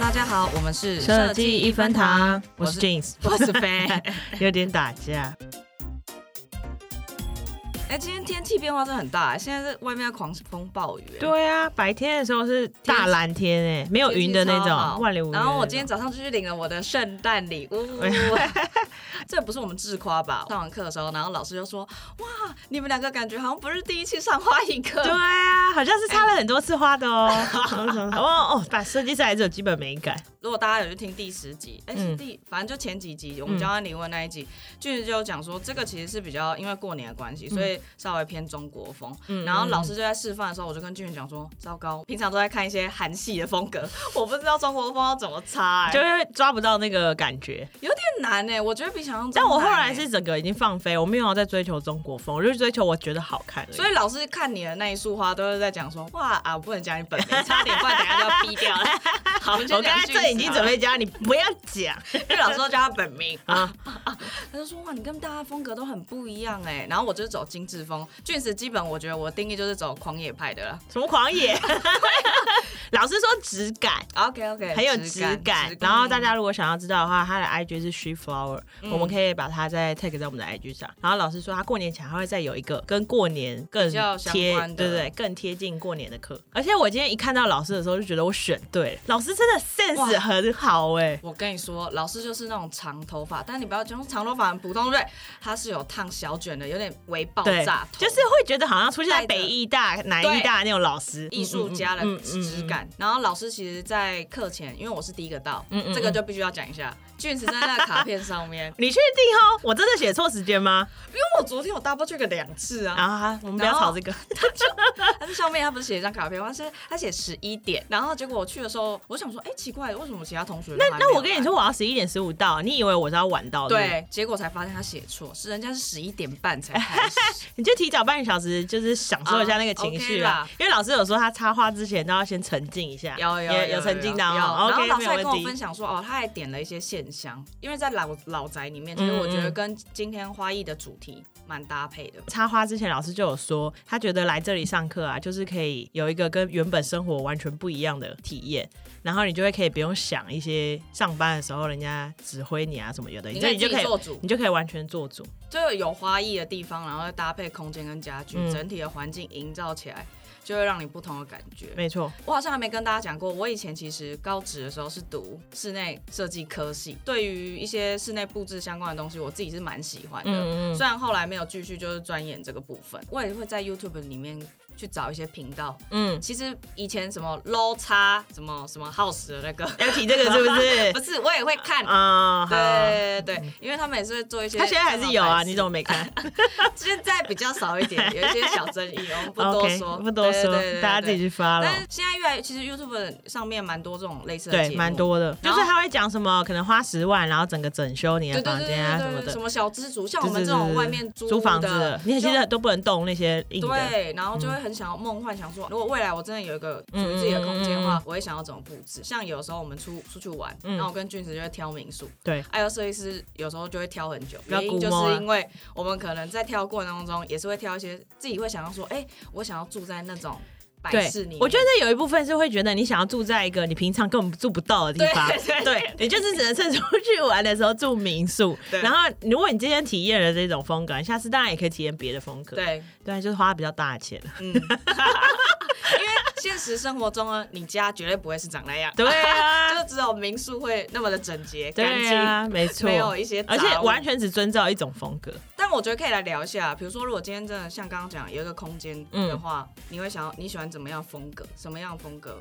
大家好，我们是设计一分堂，我我是是 Jeans，我是飞。 有点打架。哎、今天天气变化真的很大、现在在外面在狂风暴雨、哎，对啊，白天的时候是大蓝天诶、没有云的那天气超好种，万里无云的那然种。哎后我今天早上就去领了我的圣诞礼物， 这不是我们自夸吧？上完课的时候，然后老师就说：“哇，你们两个感觉好像不是第一次上花艺课。”对啊，好像是擦了很多次花的 哦。哦哦，把设计师还是有基本美感。如果大家有去听第十集，哎、是嗯第、反正就前几集，我们交换礼物的那一集，俊、就有讲说，这个其实是比较因为过年的关系，所以稍微偏中国风。嗯然后嗯老师就在示范的时候，我就跟俊俊讲说，糟糕，平常都在看一些韩系的风格， 我不知道中国风要怎么擦、哎就会抓不到那个感觉，有点难哎、我觉得比想象中、但我后难来哎是整个已经放飞，我没有在追求中国风，我就追求我觉得好看而已。所以老师看你的那一束花，都是在讲说，哇啊，我不能讲你本名，差点不然等一下就要逼掉 了。好，我们我就刚讲才句子这已经准备加，你不要讲。好了，因为老师都叫他本名啊啊。 他就说，哇，你跟大家风格都很不一样哎。然后我就是走精致风，俊石基本我觉得我定义就是走狂野派的了。什么狂野？ 老师说质感， OK OK，很有质感。然后大家如果想要知道的话，他的 IG 是 She Flower，、我嗯们可以把它再 tag 在我们的 IG 上。然后老师说他过年前还会再有一个跟过年更比较相贴，关的对对，更贴近过年的课。而且我今天一看到老师的时候，就觉得我选对了，老师真的 sense 哇很好哎、我跟你说，老师就是那种长头发，但你不要讲长头发很普通，对不对？他是有烫小卷的，有点微爆对炸头，，就是会觉得好像出现带着在北艺大、南艺大那种老师，嗯艺术家的质感。然后老师其实，在课前，因为我是第一个到，嗯嗯，这个就必须要讲一下。俊池在那个卡片上面 你确定哦？我真的写错时间吗？因为我昨天有 double check 两次啊，啊，我们不要然后吵这 个。但是上面他不是写一张卡片吗，他是他写十一点，然后结果我去的时候，我想说，哎、奇怪，为什么其他同学都那还没有那我跟你说，来。我要十一点十五到，你以为我是要晚到？是不是，对，结果才发现他写错，是人家是十一点半才开 始。你就提早半个小时，就是享受一下那个情绪啦。啊，OK 啦因为老师有说他插画之前都要先沉浸一下，有有也有沉浸到哦有然后，OK，老没师还有跟我问分题。享说，哦，他还点了一些线香，因为在老老宅里面，其实我觉得嗯嗯跟今天花艺的主题蛮搭配的。插花之前，老师就有说，他觉得来这里上课啊，就是可以有一个跟原本生活完全不一样的体验，然后你就会可以不用想一些上班的时候人家指挥你啊什么有的，你这可以你就自己可以做主你就可以完全做主。就有花艺的地方，然后再搭配空间跟家具，嗯整体的环境营造起来，就会让你不同的感觉。没错，我好像还没跟大家讲过，我以前其实高职的时候是读室内设计科系，对于一些室内布置相关的东西，我自己是蛮喜欢的。嗯嗯嗯虽然后来没有继续就是钻研这个部分，我也会在 YouTube 里面去找一些频道。嗯，其实以前什么 low 叉什么什么 house 的那 个， 要提这个是不不 是？是我也会看。啊，好对对对，因为他们也是会做一些，他现在还是有啊，你怎么没看？现在比较少一点，有一些小争议，我们不多 OK，说不多对说对对对，大家自己去发了但。是现在越来，其实 YouTube 上面蛮多这种类似的节对，目蛮。多的，然就后是他会讲什么，可能花十万，然后整个整修你对的对房对间啊什对么对对，的什，么小资族，像我对们对这对对种对外面租租房的子的，嗯你还记就得都不能动那些硬的，对，然后就会很想要梦幻，想说如果未来我真的有一个属于自己的空间的话，我会想要怎么布置。像有时候我们出出去玩，嗯然后我跟俊子就会挑民宿，对，爱优设计师有时候就会挑很久，比较原因就古摸啊是因为我们可能在挑过程当中也是会挑一些自己会想要说，哎，我想要住在那种百对事里面，我觉得有一部分是会觉得你想要住在一个你平常根本住不到的地方，对对你就是只能趁出去玩的时候住民宿 对。然后如果你今天体验了这种风格，你下次当然也可以体验别的风格。，对，对，就是花比较大的钱。嗯，因为现实生活中呢，你家绝对不会是长那样， 对啊就只有民宿会那么的整洁干 对净。啊，没错，没有一 些杂物而且完全只遵照一种风格。但我觉得可以来聊一下，比如说，如果今天真的像刚刚讲有一个空间的话，嗯你会想要你喜欢怎么样风格，什么样的风格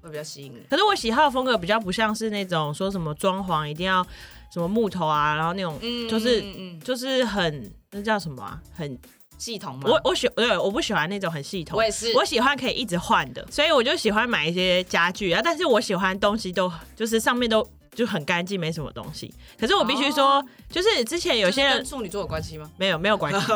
会比较吸引你？可是我喜好的风格比较不像是那种说什么装潢一定要什么木头啊，然后那种嗯，就是嗯嗯嗯就是很那叫什么啊，很系统嘛。我我喜对我不喜欢那种很系啊统我。也是，我喜欢可以一直换的，所以我就喜欢买一些家具啊。但是我喜欢东西都就是上面都就很干净，没什么东西。可是我必须说，哦就是之前有些就是人跟处女座有关系吗？没有没有 关系，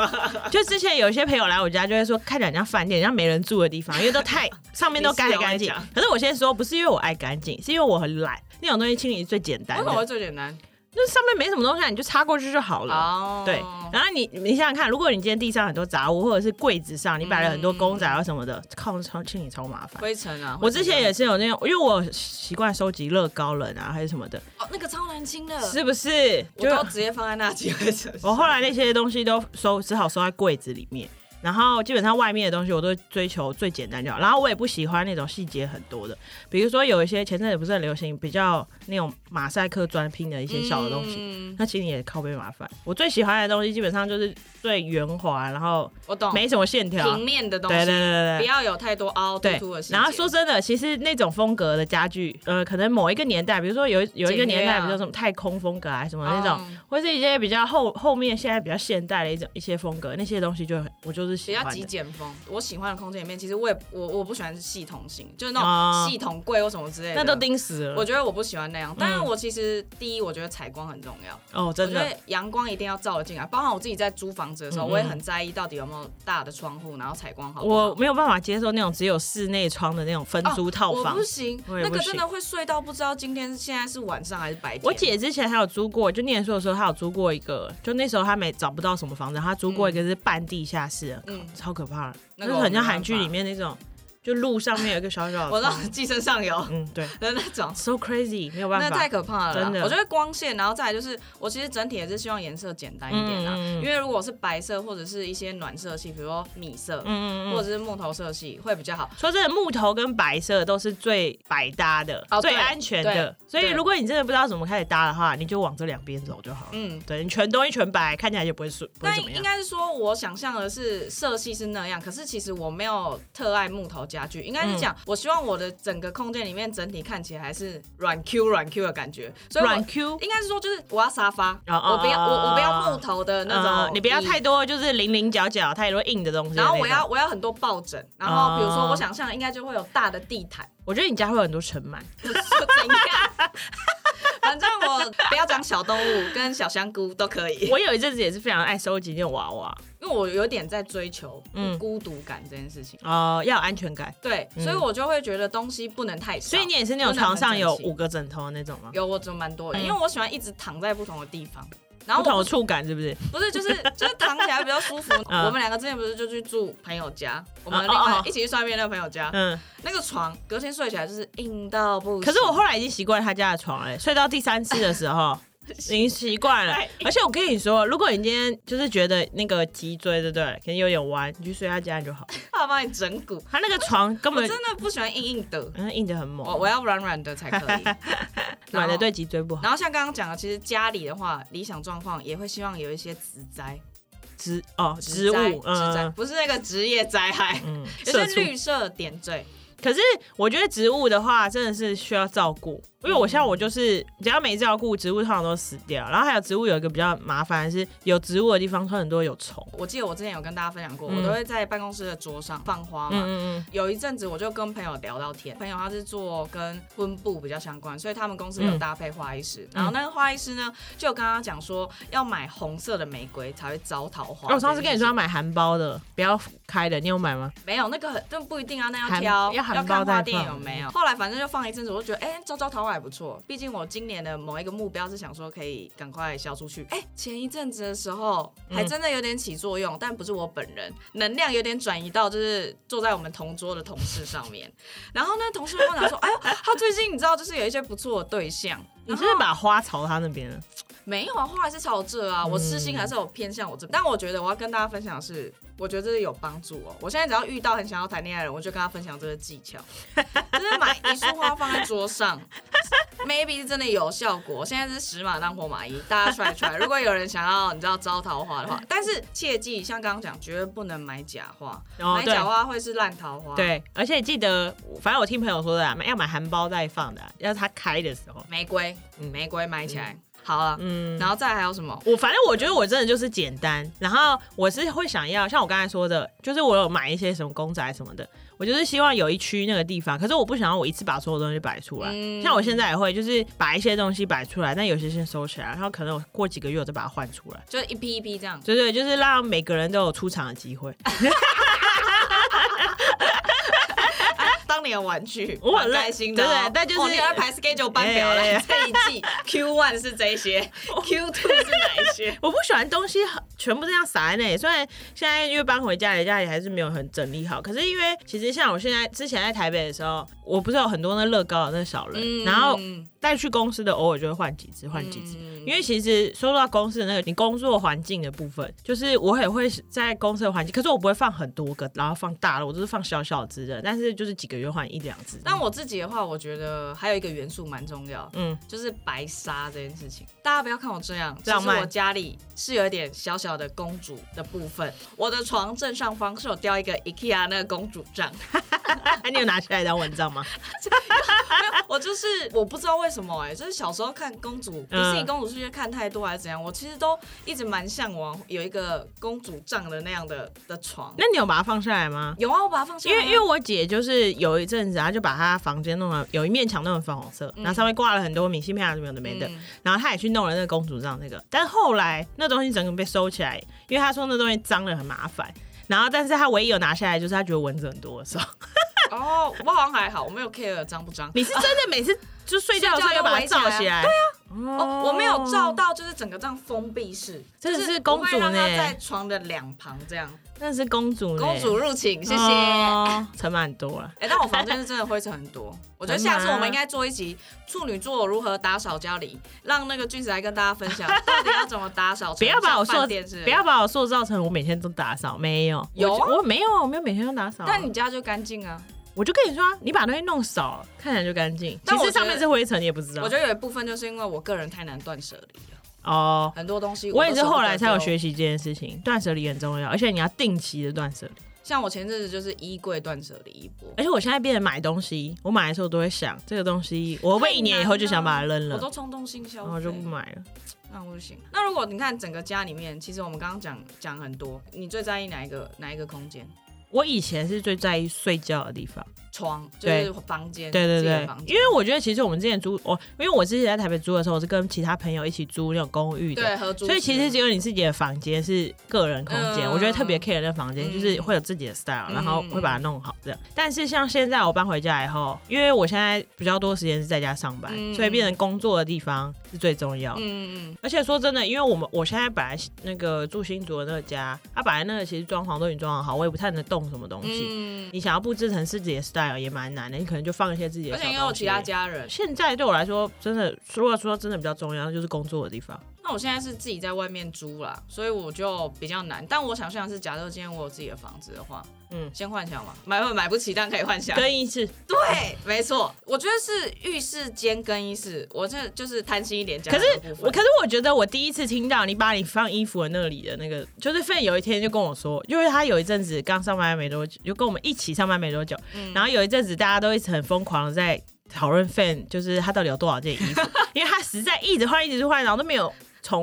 就之前有一些朋友来我家就会说，看起来很像饭店，很像没人住的地方，因为都太上面都干得干净你室友在讲。可是我先说，不是因为我爱干净，是因为我很懒，那种东西清理最简哦为单什么会的。最简单？那上面没什么东西啊，你就擦过去就好了。哦，对，然后你你想想看，如果你今天地上很多杂物，或者是柜子上你摆了很多公仔啊什么的，靠，超清理超麻烦。灰尘啊，我之前也是，是有那种，因为我习惯收集乐高人啊还是什么的，嗯哦，那个超难清的，是不是？我都直接放在那几灰尘。 我后来那些东西都收，只好收在柜子里面。然后基本上外面的东西我都追求最简单就好。然后我也不喜欢那种细节很多的，比如说有一些前阵子不是很流行比较那种马赛克砖拼的一些小的东西，嗯那其实也靠背麻烦。我最喜欢的东西基本上就是最圆滑，然后我懂，没什么线条。嗯平面的东西，对对对不对要有太多凹凸对凸的细节。然后说真的，其实那种风格的家具，呃，可能某一个年代，比如说有一有一个简约年代，啊比如说什么太空风格啊什么那种，嗯或是一些比较后后面现在比较现代的一种一些风格，那些东西就很我就是比喜较欢极的。简风，我喜欢的空间里面，其实我也我我不喜欢系统性，就是那哦种系统柜或什么之类的，那都盯死了，我觉得我不喜欢那样，但是嗯我其实第一，我觉得采光很重要。哦，我真觉的，得阳光一定要照得进来，包含我自己在租房子的时候，嗯嗯我也很在意到底有没有大的窗户，然后采光好不好。哦我没有办法接受那种只有室内窗的那种分租套我房。不行，我也那不个行真的会睡到不知道今天现在是晚上还是白天。我姐之前还有租过，就念书的时候，她有租过一个，就那时候她没找不到什么房子，她租过一个是半地下室的，嗯超可怕的，那那个是我很像没办韩剧法里面那种，就路上面有一个小小我知的道 窗，寄生上游嗯，对的那种。 ，so crazy，没有办那太法，可怕了啦，真的我觉得光线，然后再来就是，我其实整体也是希望颜色简单一点啦，嗯嗯嗯因为如果是白色或者是一些暖色系，比如说米色，嗯嗯或嗯。者是木头色系会比较好。说真的，木头跟白色都是最百搭的、哦对最安全的。所对以，如果你真的不知道怎么开始搭的话，你就往这两边走就好了。嗯，对你全东西全白，看起来也不会顺，不会但怎么应样。该是说，我想象的是色系是那样，可是其实我没有特爱木头家具，应该是讲、嗯我希望我的整个空间里面整体看起来还是软 Q 软 Q 的感觉，所以我软 Q，应该是说就是我要沙发，哦哦我不要我我不要木头的那种、呃，你不要太。多就是零零角角太多硬的东西的那然种。后我要我要很多抱枕，然后比如说哦我想象应该就会有大的地毯，我觉得你家会有很多尘螨。就怎样？反正我不要讲小动物跟小香菇都可以。我有一阵子也是非常爱收集那种娃娃，因为我有点在追求嗯孤独感这件事情，哦、要有安全感。对，嗯所以我就会觉得东西不能太少。所以你也是那种不能床很上有整齐五个枕头的那种吗？有我就蛮多的，嗯因为我喜欢一直躺在不同的地方。然不后同我的触感是不是？不是就是 就是躺起来比较舒服。 嗯我们两个之前不是就去住朋友家，我们哦另外哦一起去算命那个朋友家，嗯。那个床隔天睡起来就是硬到不行。可是我后来已经习惯他家的床了、欸睡到第三次的时 候已经习惯了太。而且我跟你说，如果你今天就是觉得那个脊椎对不对，可能有点弯，你去睡他家就好。怕帮你整蛊，他那个床根我本真的不喜欢硬硬的，嗯硬的很猛，我我要软软的才可 以。软然后的对脊椎不好。然后像刚刚讲的，其实家里的话，理想状况也会希望有一些植栽、植哦植栽物，植栽嗯不是那个职业灾害，嗯， 有社些畜。绿色点缀。可是我觉得植物的话，真的是需要照顾，因为我像我就是嗯只要没照顾，植物通常都死掉。然后还有植物有一个比较麻烦的是，有植物的地方它很多有虫。我记得我之前有跟大家分享过，嗯我都会在办公室的桌上放花嘛。嗯嗯有一阵子我就跟朋友聊到天，朋友他是做跟婚布比较相关，所以他们公司嗯有搭配花艺师。然后那个花艺师呢，就跟他讲说要买红色的玫瑰才会招桃花。嗯。我上次跟你说要买含苞的，不要开的，你有买吗？没有那个很，但不一定啊，那要含挑，要含看苞再花店放有没有。后来反正就放一阵子，我就觉得，哎、招招桃花也不错。毕竟我今年的某一个目标是想说可以赶快销出去。哎、前一阵子的时候还真的有点起作用，嗯但不是我本人，能量有点转移到就是坐在我们同桌的同事上面。然后呢，同事跟我讲说，哎呦，他最近你知道就是有一些不错的对象。你然是后不是把花朝他那边了？没有啊，后来是朝这嗯啊，我私心还是有偏向我这，但我觉得我要跟大家分享的是，我觉得这是有帮助哦。我现在只要遇到很想要谈恋爱的人，我就跟他分享这个技 巧，就是买一束花放在桌上，maybe 是真的有效果。现在是死马当活马医，大家 try try。如果有人想要你知道招桃花的话，但是切记，像刚刚讲，绝对不能买假花，哦买啊对假花会是烂桃花。，对，而且记得，反正我听朋友说的、啊，买要买含苞再放的啊、要它开的时候。玫瑰，嗯玫瑰买起来、好了，嗯，然后再还有什么？我反正我觉得我真的就是简单，然后我是会想要像我刚才说的，就是我有买一些什么公仔什么的，我就是希望有一区那个地方，可是我不想要我一次把所有东西摆出来。嗯像我现在也会，就是把一些东西摆出来，但有些先收起来，然后可能我过几个月我再把它换出来。就是一批一批这样。对对，就是让每个人都有出场的机会。当你的玩具，我很很累开心的哦、对对但就是哦哦你有在排 schedule 班表了，哎哦这一 季 Q one 是这些，Q two 是哪一 些？我不喜欢东西很全部这样撒在那里。虽然现在因为搬回家里，家里还是没有很整理好，可是因为其实像我现在之前在台北的时候，我不是有很多那乐高的那小人，然后嗯带去公司的偶尔就会换几只，换几只。因为其实说到公司的那个你工作环境的部分，就是我也会在公司的环境，可是我不会放很多个，然后放大的，我都是放小小只的，但是就是几个月换一两只。但我自己的话，我觉得还有一个元素蛮重要，嗯，就是白纱这件事情。大家不要看我这样，其浪实漫我家里是有一点小小的公主的部分。我的床正上方是有雕一个 IKEA 那个公主帐，哎，你有拿起来当文章吗？我就是我不知道为什么哎、就是小时候看公主迪嗯士尼公主世界看太多还是怎样，我其实都一直蛮向往有一个公主帐的那样的的床。 那你有把它放下来吗？有啊，我把它放下因来啊，为因为我姐就是有一阵子，她就把她房间弄了，有一面墙弄成粉红色，然后上面挂了很多明信片啊什么有的没的，嗯然后她也去弄了那个公主帐那个，但后来那东西整个被收起来，因为她说那东西脏了很麻烦。然后，但是她唯一有拿下来，就是她觉得蚊子很多的时候。哦，我好像还好，我没有 care 脏不脏。 你是真的每次就睡觉的时候睡觉就把它罩起来？对啊，哦，我没有照，到，就是整个这样封闭式，真的是就是公主呢我会让她在床的两旁这样，那是公主呢，公主入寝，谢谢。哎、哦，成本很多 了。但我房间是真的灰尘很多，我觉得下次啊我们应该做一集处女座如何打扫家里，让那个俊子来跟大家分享到底要怎么打扫。 不要把我像塑，饭店之类的不要。把我塑造成我每天都打扫，没有，有啊我我没有，我没有每天都打扫啊。但你家就干净啊！我就跟你说啊，你把东西弄少了，看起来就干净。但其我实觉得上面是灰尘，你也不知道。我觉得有一部分就是因为我个人太难断舍离了，哦，很多东西我也都是舍不得后来才有丢学习这件事情，断舍离很重要，而且你要定期的断舍离。像我前阵子就是衣柜断舍离一波，而且我现在变得买东西，我买的时候都会想这个东西，我会不会一年以后就想把它扔我了，都冲动性消然费，后哦就不买了。那我不行。那如果你看整个家里面，其实我们刚刚讲讲很多，你最在意哪一个哪一个空间？我以前是最在意睡觉的地方，床就对是房间，对对自己的对房，因间为我觉得其实我们之前租我，因为我之前在台北租的时候，我是跟其他朋友一起租那种公寓的，对合租室，所以其实只有你自己的房间是个人空间，嗯我觉得特别 care 那房间，嗯就是会有自己的 style，、嗯然后会把它弄好这样。但是像现在我搬回家以后，因为我现在比较多时间是在家上班，嗯所以变成工作的地方是最重要。嗯嗯而且说真的，因为我们我现在本来那个住新竹的那个家，它、本来那个其实装潢都已经装潢好，我也不太能动什么东西。嗯，你想要布置成自己的 style 也蛮难的，你可能就放一些自己的而小东且西。因为有其他家人，现在对我来说，真的如果说真的比较重要，就是工作的地方。那我现在是自己在外面租啦，所以我就比较难。但我想象是，假设今天我有自己的房子的话，嗯嗯，先幻想嘛，买不买不起，但可以幻想。更衣室对，没错，我觉得是浴室兼更衣室，我这就是贪心一点讲可的是部分。我，可是我觉得我第一次听到你把你放衣服的那里的那个，就是费有一天就跟我说，因为他有一阵子刚上班没多久，就跟我们一起上班没多久，嗯然后有一阵子大家都一直很疯狂的在讨论 fan，就是他到底有多少件衣 服，因为他实在一直换，一直换，然后都没有。重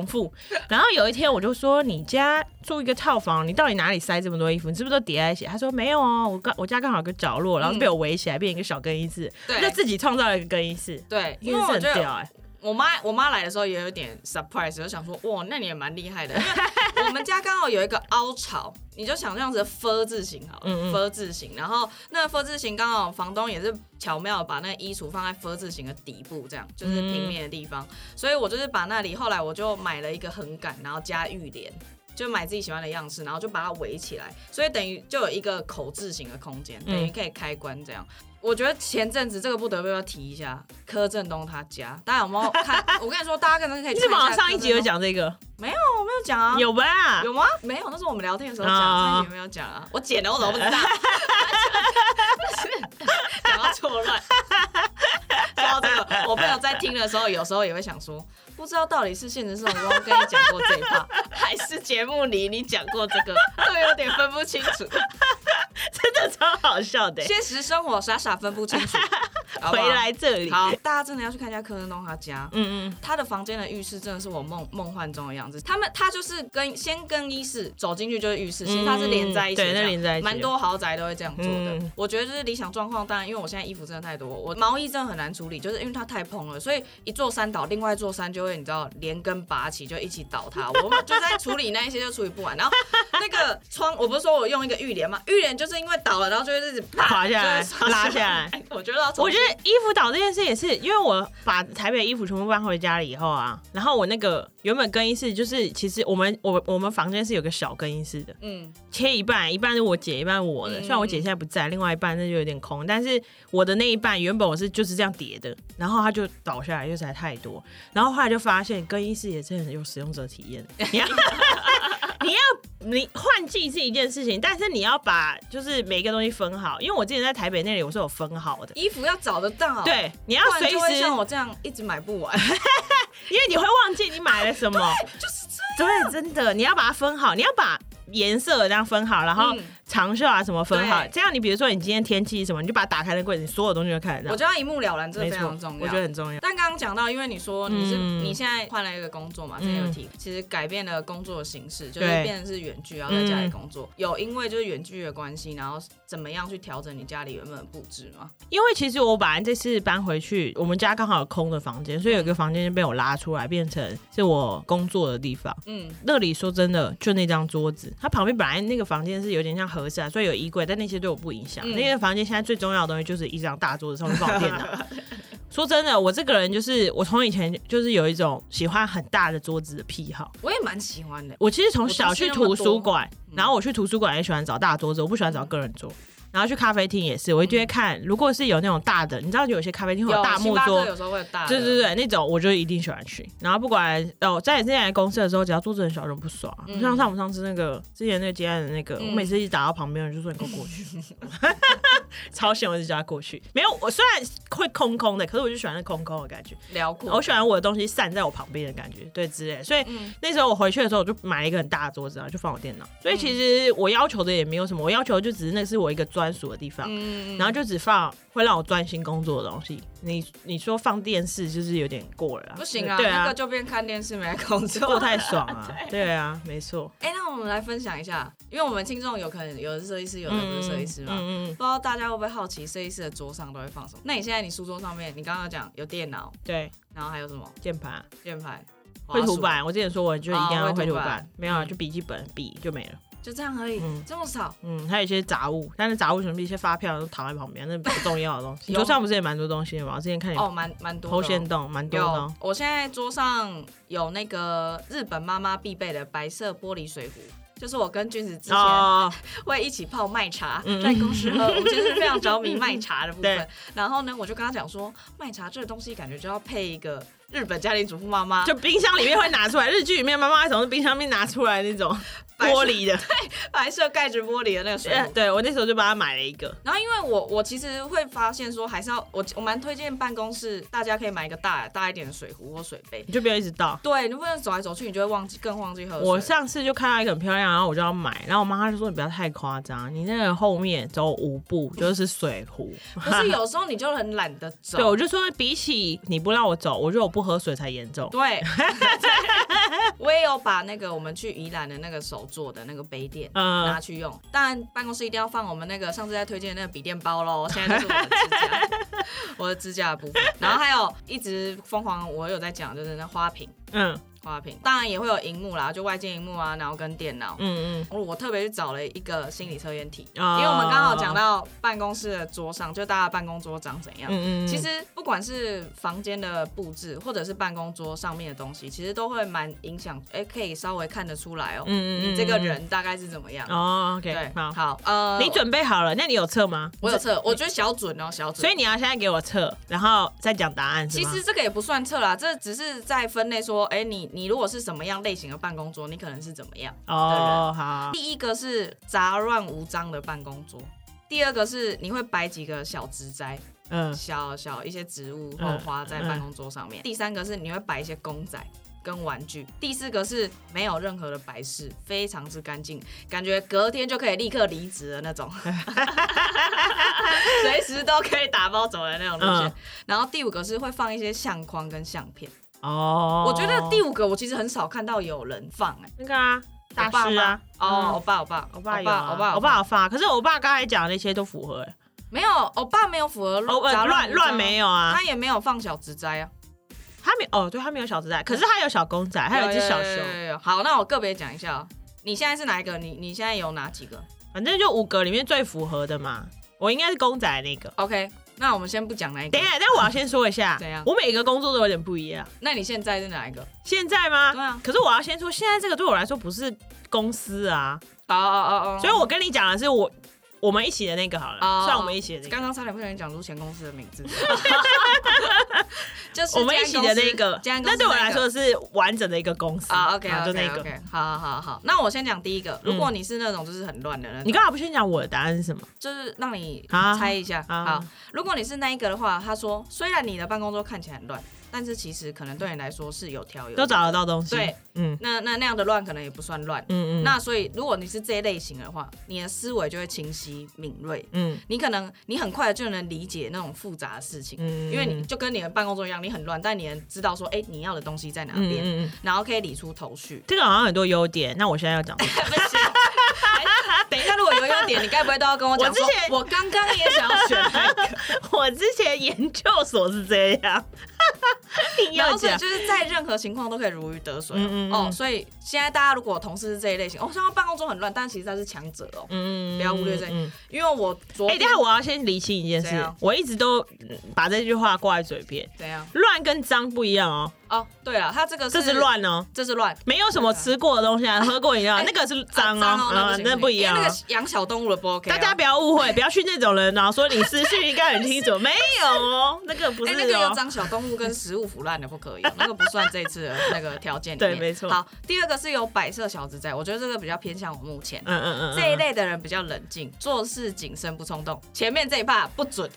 复，然后有一天我就说：“你家住一个套房，你到底哪里塞这么多衣服？你是不是都叠在一起？”他说：“没有哦，我刚我家刚好有个角落，然后被我围起来，变成一个小更衣室，对就自己创造了一个更衣室，对，因为真我的是很觉得屌哎、我妈我妈来的时候也有点 surprise，就想说哇，那你也蛮厉害的。因为 我们家刚好有一个凹槽，你就想象成 “f” 字形好了嗯嗯 f 字形。然后那个 “f” 字形刚好房东也是巧妙地把那个衣橱放在 “f” 字形的底部，这样就是嗯平面的地方。所以我就是把那里，后来我就买了一个横杆，然后加浴帘。就买自己喜欢的样式，然后就把它围起来，所以等于就有一个口字形的空间，等于可以开关这样。我觉得前阵子这个不得不要提一下柯震东他家，大家有没有看？ 我跟你说，大家可能可以看你一怎下么好像上一集有柯震东，讲这个？我没有讲啊， 有吧？有吗？没有，那是我们聊天的时候讲，啊上一集没有讲啊，我剪了，我怎么不知道？讲到错乱。说到这个，我朋友在听的时候，有时候也会想说，不知道到底是现实生活中跟你讲过这一 趴，还是节目里你讲过这个，都有点分不清楚。真的超好笑的、欸现实生活傻傻分不清楚，好不好回来这里，好，大家真的要去看一下柯震东他家。嗯嗯，他的房间的浴室真的是我梦梦幻中的样子。他们他就是跟先更衣室走进去就是浴室，其实它是连在一起的嗯对这样，那连在一起蛮多豪宅都会这样做的。嗯我觉得就是理想状况，当然因为我现在衣服真的太多，我毛衣真的很难处理，就是因为它太蓬了，所以一座山倒，另外一座山就会你知道连根拔起，就一起倒 塌。我们就在处理那一些就处理不完，然后那个窗，我不是说我用一个浴帘嘛，浴帘就是因为倒了，然后就会一直啪垮下来就会拉下来。 我觉得要重我觉新衣服倒这件事也是，因为我把台北衣服全部搬回家里以后啊，然后我那个原本更衣室就是，其实我们我我们房间是有个小更衣室的，嗯，切一半，一半是我姐，一半是我的。嗯虽然我姐现在不在，另外一半那就有点空，但是我的那一半原本我是就是这样叠的，然后它就倒下来，因为实在太多。然后后来就发现更衣室也是很有使用者体 验的，你要 你要你换季是一件事情，但是你要把就是每一个东西分好，因为我之前在台北那里我是有分好的。衣服要找得到，，对，你要哦不然随就会时，像我这样一直买不完。 因为你会忘记你买了什么。就是这对，真的，你要把它分好，你要把颜色这样分好，然后嗯长袖啊什么分好，对这样你比如说你今天天气什么，你就把它打开那柜子，你所有东西都看得样，我到。觉得一目了然，这个没非错常重要。我觉得很重要。但刚刚讲到，因为你说你是、嗯你现在换了一个工作嘛，之前有提，其实改变了工作的形式，就是对嗯变成是远距，然后在家里工作。有因为就是远距的关系，然后怎么样去调整你家里原本的布置吗？因为其实我本来这次搬回去，我们家刚好有空的房间，所以有一嗯个房间就被我拉出来，变成是我工作的地方。嗯，那里说真的，就那张桌子，它旁边本来那个房间是有点像合适啊，所以有衣柜，但那些对我不影响。嗯那个房间现在最重要的东西就是一张大桌子，上面放我电 脑。说真的，我这个人就是我从以前就是有一种喜欢很大的桌子的癖好。我也蛮喜欢的。我其实从我小东西去那么图多书馆，嗯然后我去图书馆也喜欢找大桌子，我不喜欢找个人桌。然后去咖啡厅也是，我一定会看，如果是有那种大的，你知道有些咖啡厅会有大星木巴桌克，有时候会有大的，对对对，那种我就一定喜欢去。然后不管哦，在之前来公司的时候，只要桌子很小，我就不爽。啊嗯像上我们上次那个之前那个接案的那个，嗯我每次一打到旁边，我就说你给我 过去，超闲，我就叫他过去。没有，我虽然会空空的，可是我就喜欢那空空的感觉，辽阔。我喜欢我的东西散在我旁边的感觉，对之类的。所以嗯那时候我回去的时候，我就买了一个很大的桌子，然后就放我电脑。所以其嗯实我要求的也没有什么，我要求就只是那是我一个专属的地方。嗯然后就只放会让我专心工作的东西。你你说放电视就是有点过了啦，不行啊，对那啊个，就变看电视没来工过作。 太爽啊，对啊，没错，哎、那我们来分享一下，因为我们听众有可能有的是设计师，有的不是设计师嘛。嗯嗯，不知道大家会不会好奇设计师的桌上都会放什么？那你现在你书桌上面，你刚刚有讲有电脑，对，然后还有什么键盘、键盘、绘滑图鼠，板，我之前说我就一定要哦绘绘图图板板，没有啊，就笔记本、笔就没了。就这样而已，嗯这么少。嗯，还有一些杂物，但是杂物全部一些发票都躺在旁 边，那不重要的东西。你有桌上不是也蛮多东西的吗？我之前看你哦，蛮蛮多头的线哦。洞蛮多的有哦，，我现在桌上有那个日本妈妈必备的白色玻璃水壶，就是我跟君子之前哦，会一起泡麦茶，嗯在公司呃喝，我们就是非常着 迷麦茶的部对分。然后呢，我就跟他讲说，麦茶这个东西感觉就要配一个日本家庭主妇妈妈，就冰箱里面会拿出来，日剧里面妈妈从冰箱里面拿出来那种白色玻璃的。白色盖着玻璃的那个水壶对，。对我那时候就帮他买了一个，然后因为我我其实会发现说，还是要我我蛮推荐办公室大家可以买一个大大一点的水壶或水杯。你就不要一直倒。对，你不能走来走去，你就会忘记，更忘记喝水。我上次就看到一个很漂亮，然后我就要买，然后我妈她就说你不要太夸张，你那个后面走五步就是水壶。不是有时候你就很懒得 对，我走。 就说比起你不让我走，我觉得我不喝水才严重。对， 我也有把那个我们去宜兰的那个手做的那个杯垫嗯拿去用，当然办公室一定要放我们那个上次在推荐的那个笔电包 喽，现在就是我的支架，我的支架的部分。然后还有一直疯狂，我有在讲就是那花瓶，嗯花瓶当然也会有荧幕啦，就外界荧幕啊，然后跟电脑。嗯我我特别去找了一个心理测验题，因哦为我们刚好讲到办公室的桌上，就大家办公桌长怎嗯样。嗯嗯，其实不管是房间的布置，或者是办公桌上面的东西，其实都会蛮影响。哎、可以稍微看得出来哦，嗯嗯嗯你这个人大概是怎么样。哦，OK，对，好，好，呃，你准备好了？那你有测吗？我有测，我觉得小准哦，小准。所以你要现在给我测，然后再讲答案是其吗？实这个也不算测啦，这只是在分类说，哎、你你如果是什么样类型的办公桌，你可能是怎么样。哦，好，第一个是杂乱无章的办公桌，第二个是你会摆几个小植栽，嗯，小小一些植物或嗯花在办公桌上面。第三个是你会摆一些公仔跟玩具。第四个是没有任何的摆饰，非常之干净，感觉隔天就可以立刻离职的那种， 随时都可以打包走的那种路线。嗯 然后第五个是会放一些相框跟相片。哦，我觉得第五个我其实很少看到有人放、哎。那个啊，大我爸师啊，妈哦，嗯我爸，我爸，我爸我有啊，爸，我爸，我爸有发，可是我爸刚才讲的那些都符合，欸没有，我爸没有符合哦，呃杂乱无章乱没有啊，他也没有放小植栽啊，他没哦，对他没有小子仔，可是他有小公仔，还有一只小熊有。，有有有好，那我个别讲一下哦，你现在是哪一个？你你现在有哪几个反正就五个里面最符合的嘛。我应该是公仔那个， ？OK，那我们先不讲哪一个等一，下，但我要先说一下，怎样我每个工作都有点不一样。那你现在是哪一个？现在吗？对啊可是我要先说，现在这个对我来说不是公司啊，哦哦哦哦，所以我跟你讲的是我我们一起的那个好了，哦算我们一起的那个。刚刚差点不小心讲出前公司的名 字，就是我们一起的那个，这样公那司对我来说是完整的一个公司啊，OK 然后 OK 就那个。嗯 OK，好好好好，那我先讲第一个，如果你是那种就是很乱的人，你刚才不先讲我的答案是什么？就是让你啊猜一下，啊好，如果你是那一个的话，他说虽然你的办公桌看起来很乱，但是其实可能对你来说是有条有理都找得到东西。对，嗯那那那样的乱可能也不算乱，嗯嗯，那所以如果你是这一类型的话，你的思维就会清晰敏锐，嗯你可能你很快就能理解那种复杂的事情，嗯，因为你就跟你的办公桌一样，你很乱，但你能知道说，哎、你要的东西在哪嗯嗯边，嗯嗯，。然后可以理出头绪 这个好像很多优点。那我现在要讲，不行 哎等一下，如果有优点，你该不会都要跟我讲说我之前，我刚刚也想要选那个， 我之前研究所是这样，你然要后所以讲。就是在任何情况都可以如鱼得水哦。嗯嗯嗯哦所以现在大家如果同事是这一类型，哦，虽然办公桌很乱，但其实他是强者哦，嗯，不要忽略这嗯因为我昨哎、天等一下我要先理清一件怎事样，我一直都嗯把这句话挂在嘴边。怎样？乱跟脏不一样哦，哦，对了，他这个是这是，乱哦，这是乱。没有什么吃过的东西啊，喝过饮料啊，哎那个是啊脏脏哦，那不嗯，行那不一样因为那哦个。养小动物的不 OK 哦。大家不要误会，不要去那种人哦，然后说你是去应该很 清楚，没有哦，那个不哎、是那个有哦。长小动物跟食物腐烂的不可以哦，那个不算这一次的那个条件里对面。没错好，第二个是有摆设小子在，我觉得这个比较偏向我目前。嗯嗯嗯，嗯这一类的人比较冷静，做事谨慎不冲动。前面这一趴不 准，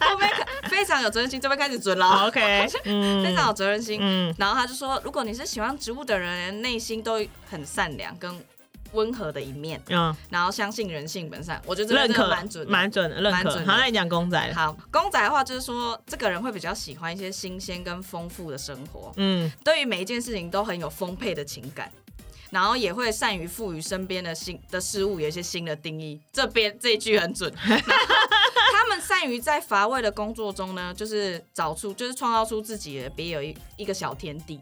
后面非常有责任心，这边开始准好了，哦 OK，嗯，非常有责任心。嗯然后他就说，如果你是喜欢植物的人，内心都很善良跟温和的一面，嗯，然后相信人性本善。我觉得这个认真的可蛮准的，蛮准的，认蛮可。准的好，那你讲公仔了，好，公仔的话就是说，这个人会比较喜欢一些新鲜跟丰富的生活，嗯对于每一件事情都很有丰沛的情感，然后也会善于赋予身边的新的事物有一些新的定义。这边这一句很 准。然后他们善于在乏味的工作中呢，就是找出，就是创造出自己的别有一一个小天地，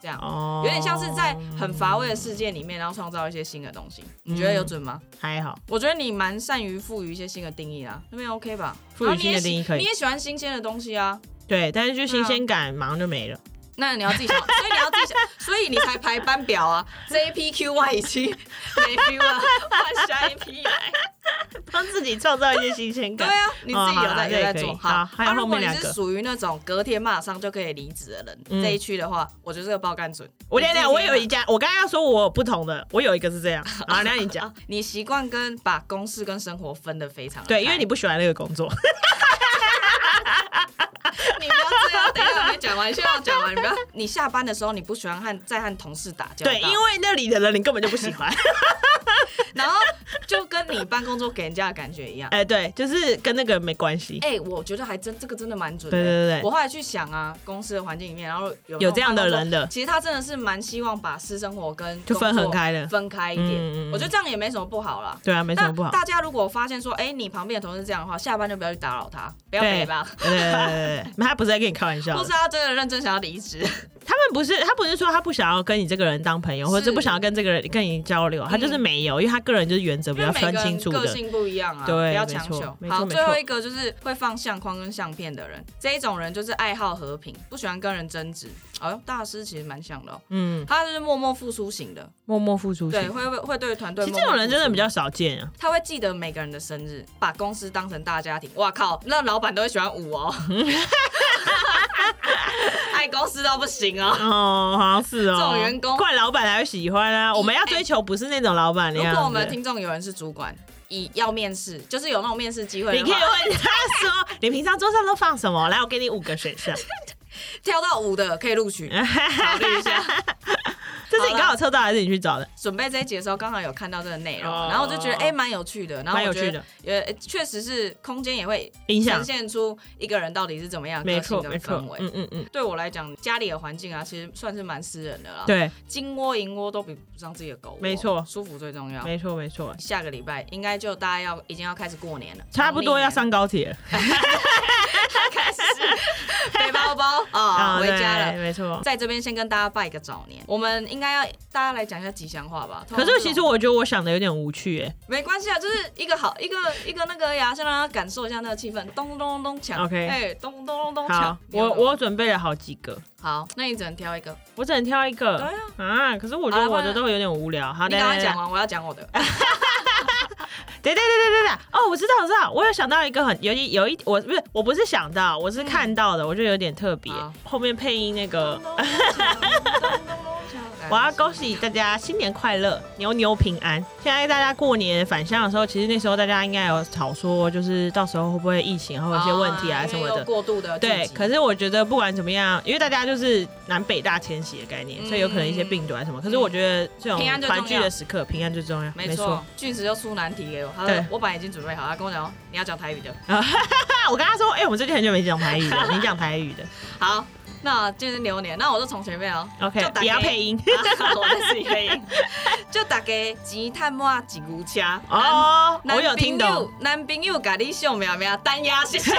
这样。哦，有点像是在很乏味的世界里面，然后创造一些新的东西。你嗯觉得有准吗？还好，我觉得你蛮善于赋予一些新的定义啦，那边 OK 吧？赋予新的定义可然后以你也喜你也喜欢新鲜的东西啊，对，但是就新鲜感马上就没了。那你要自己想，所以你要 自己想，所以你才排班表啊。JPQY 已 经没 feel 了，换下一批来。帮自己创造一些新鲜 对感。啊，你自己有哦好啦在有在这也可做以好还有啊，如后果面你两个是属于那种隔天马上就可以离职的人，嗯这一区的话，我觉得这个爆干准。我跟你讲，我有你自一己家，我刚刚要说我有不同的，我有一个是这样，好，那你听讲啊。，你习惯跟把公事跟生活分得非常的对，开因为你不喜欢那个工作， 你不要这样，等一下我还没讲完，先让我讲完。你不要，你下班的时候你不喜欢和在和同事打交道，对，因为那里的人你根本就不喜欢。然后就跟你办公桌给人家的感觉一样。哎，对，就是跟那个人没关系。哎、我觉得还真这个真的蛮准的。对对对我后来去想啊，公司的环境里面，然后有有这样的那种人的其实他真的是蛮希望把私生活跟就分工作很开的分开一点。嗯嗯嗯我觉得这样也没什么不好啦。对啊，没什么不好。大家如果发现说，哎、你旁边的同事这样的话，下班就不要去打扰他，不要陪吧。对对对对对，啊他不是在跟你开玩笑或的是，他真的认真想要离职，他们不是他不是说他不想要跟你这个人当朋友，或者是不想要跟这个人跟你交流，他就是没有，因为他个人就是原则嗯比因为每较个分清人楚个的。性不一样啊，对不要没强错求没。错好，没最后错一个就是会放相框跟相片的人，这一种人就是爱好和平，不喜欢跟人争执。哦，大师其实蛮像的哦，嗯，他是默默付出型的，默默付出型。对，会会会对团队。其实这种人真的比，较少见啊。他会记得每个人的生日，把公司当成大家庭。哇靠，那老板都会喜欢舞 哦，爱公司到不行哦。哦，好像是哦，这种员工怪老板才会喜欢啊。我们要追求不是 那种老板的如样子。果我们听众有人是主管，以要面试，就是有那种面试机会你的可以话，问他说，你平常桌上都放 什么？来，我给你五个选项，跳到舞的可以录 取，考虑一下。这是你刚好测到还是你去找的？准备这一集的时候，刚好有看到这个内容，哦然后我就觉得哎，蛮、有趣的。然后蛮有我觉趣得的，也确实是空间也会影响呈，现出一个人到底是怎么样没个错性没跟错氛，围。嗯嗯嗯，对我来讲，家里的环境啊，其实算是蛮私人的啦。，对，金窝银窝都比不上自己的狗窝。没错舒服最重要。没错没错，下个礼拜应该就大家要已经要开始过年了，差不多要农历 上高铁了，年开始 背包包啊，啊，回对家了。没错。在这边先跟大家拜个早年，我们应该要大家来讲一下吉祥话吧。可是其实我觉得我想的有点无趣哎、没关系啊，就是一个好一个一个那个呀，先让他感受一下那个气氛。咚咚咚咚锵 OK 哎，咚咚咚咚锵好。，你有我没有我准备了好几个，好，那你只能挑一个。我只能挑一个。对啊啊，可是我觉好得啦我的都有点无聊。好，你等刚等刚讲等完，我要讲我的。等等等等等，哦，我知道，我知道，我有想到一个很有一有一，我不是我不是想到，我是看到的，我觉得有点特别嗯好。后面配音那个咚，咚咚锵咚咚咚锵 来我要恭喜大家新年快乐，牛牛平安。现在大家过年返乡的时候，其实那时候大家应该有吵说，就是到时候会不会疫情，还有一些问题啊因为什么有的。过度的对聚，集可是我觉得不管怎么样，因为大家就是南北大迁徙的概念，所以有可能一些病毒啊什么。可是我觉得这种嗯平安最重要团聚的时刻，平安最重要。没错，，俊子就出难题给我。他说对我本来已经准备好，他跟我讲哦你要讲台语的。那我跟他说，哎、我们最近很久没讲台语了，你讲 台语的好，那就是牛年，那我就从前面哦。 ，OK，就打也要给 啊配音我再试一遍， 就大家钱探满一牛车。男 哦，男我有听朋懂啊友，，男朋友甲你秀苗苗单压，谢 谢。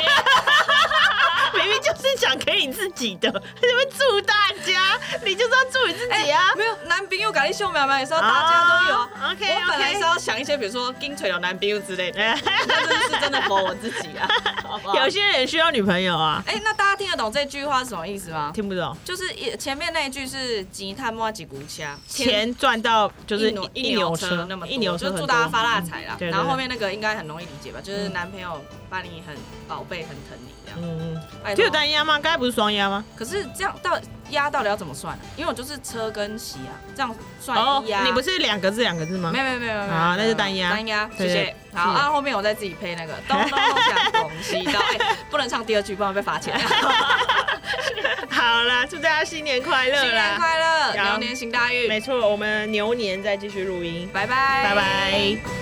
明明就是讲给你自己的，你们祝大家，你就是要祝你自己啊。没有男朋友甲你秀苗苗也是要大哎家都有啊。哦，OK，OK 我本来是要想一些，比如说金腿有男朋友之类的，那真的是真的否我自己啊， 好不好？有些人需要女朋友啊，哎、那大家听得懂这句话是什么意思吗？听不懂。就是一前面那一句是“吉探摸几股掐”，钱赚到就是一牛一牛牛车那么多一牛就车很祝多大家发大财啦。嗯对对然后对后面那个应该很容易理解吧，就是男朋友把你很宝贝、很疼你这样。嗯，嗯拜就托有单押吗？刚才不是双押吗？可是这样到压到底要怎么算啊？因为我就是车跟席啊，这样算一压。哦你不是两个字两个字吗没？有没有没有没有没有，好那是没有单压单压，谢对谢对。好，是啊，后面我再自己配那个咚咚咚响，恭喜到，哎，不能唱第二句，不然被罚钱。 好啦，祝大家新年快乐新年啦！快乐，好牛年行大运，没错，我们牛年再继续录音，拜拜，拜拜。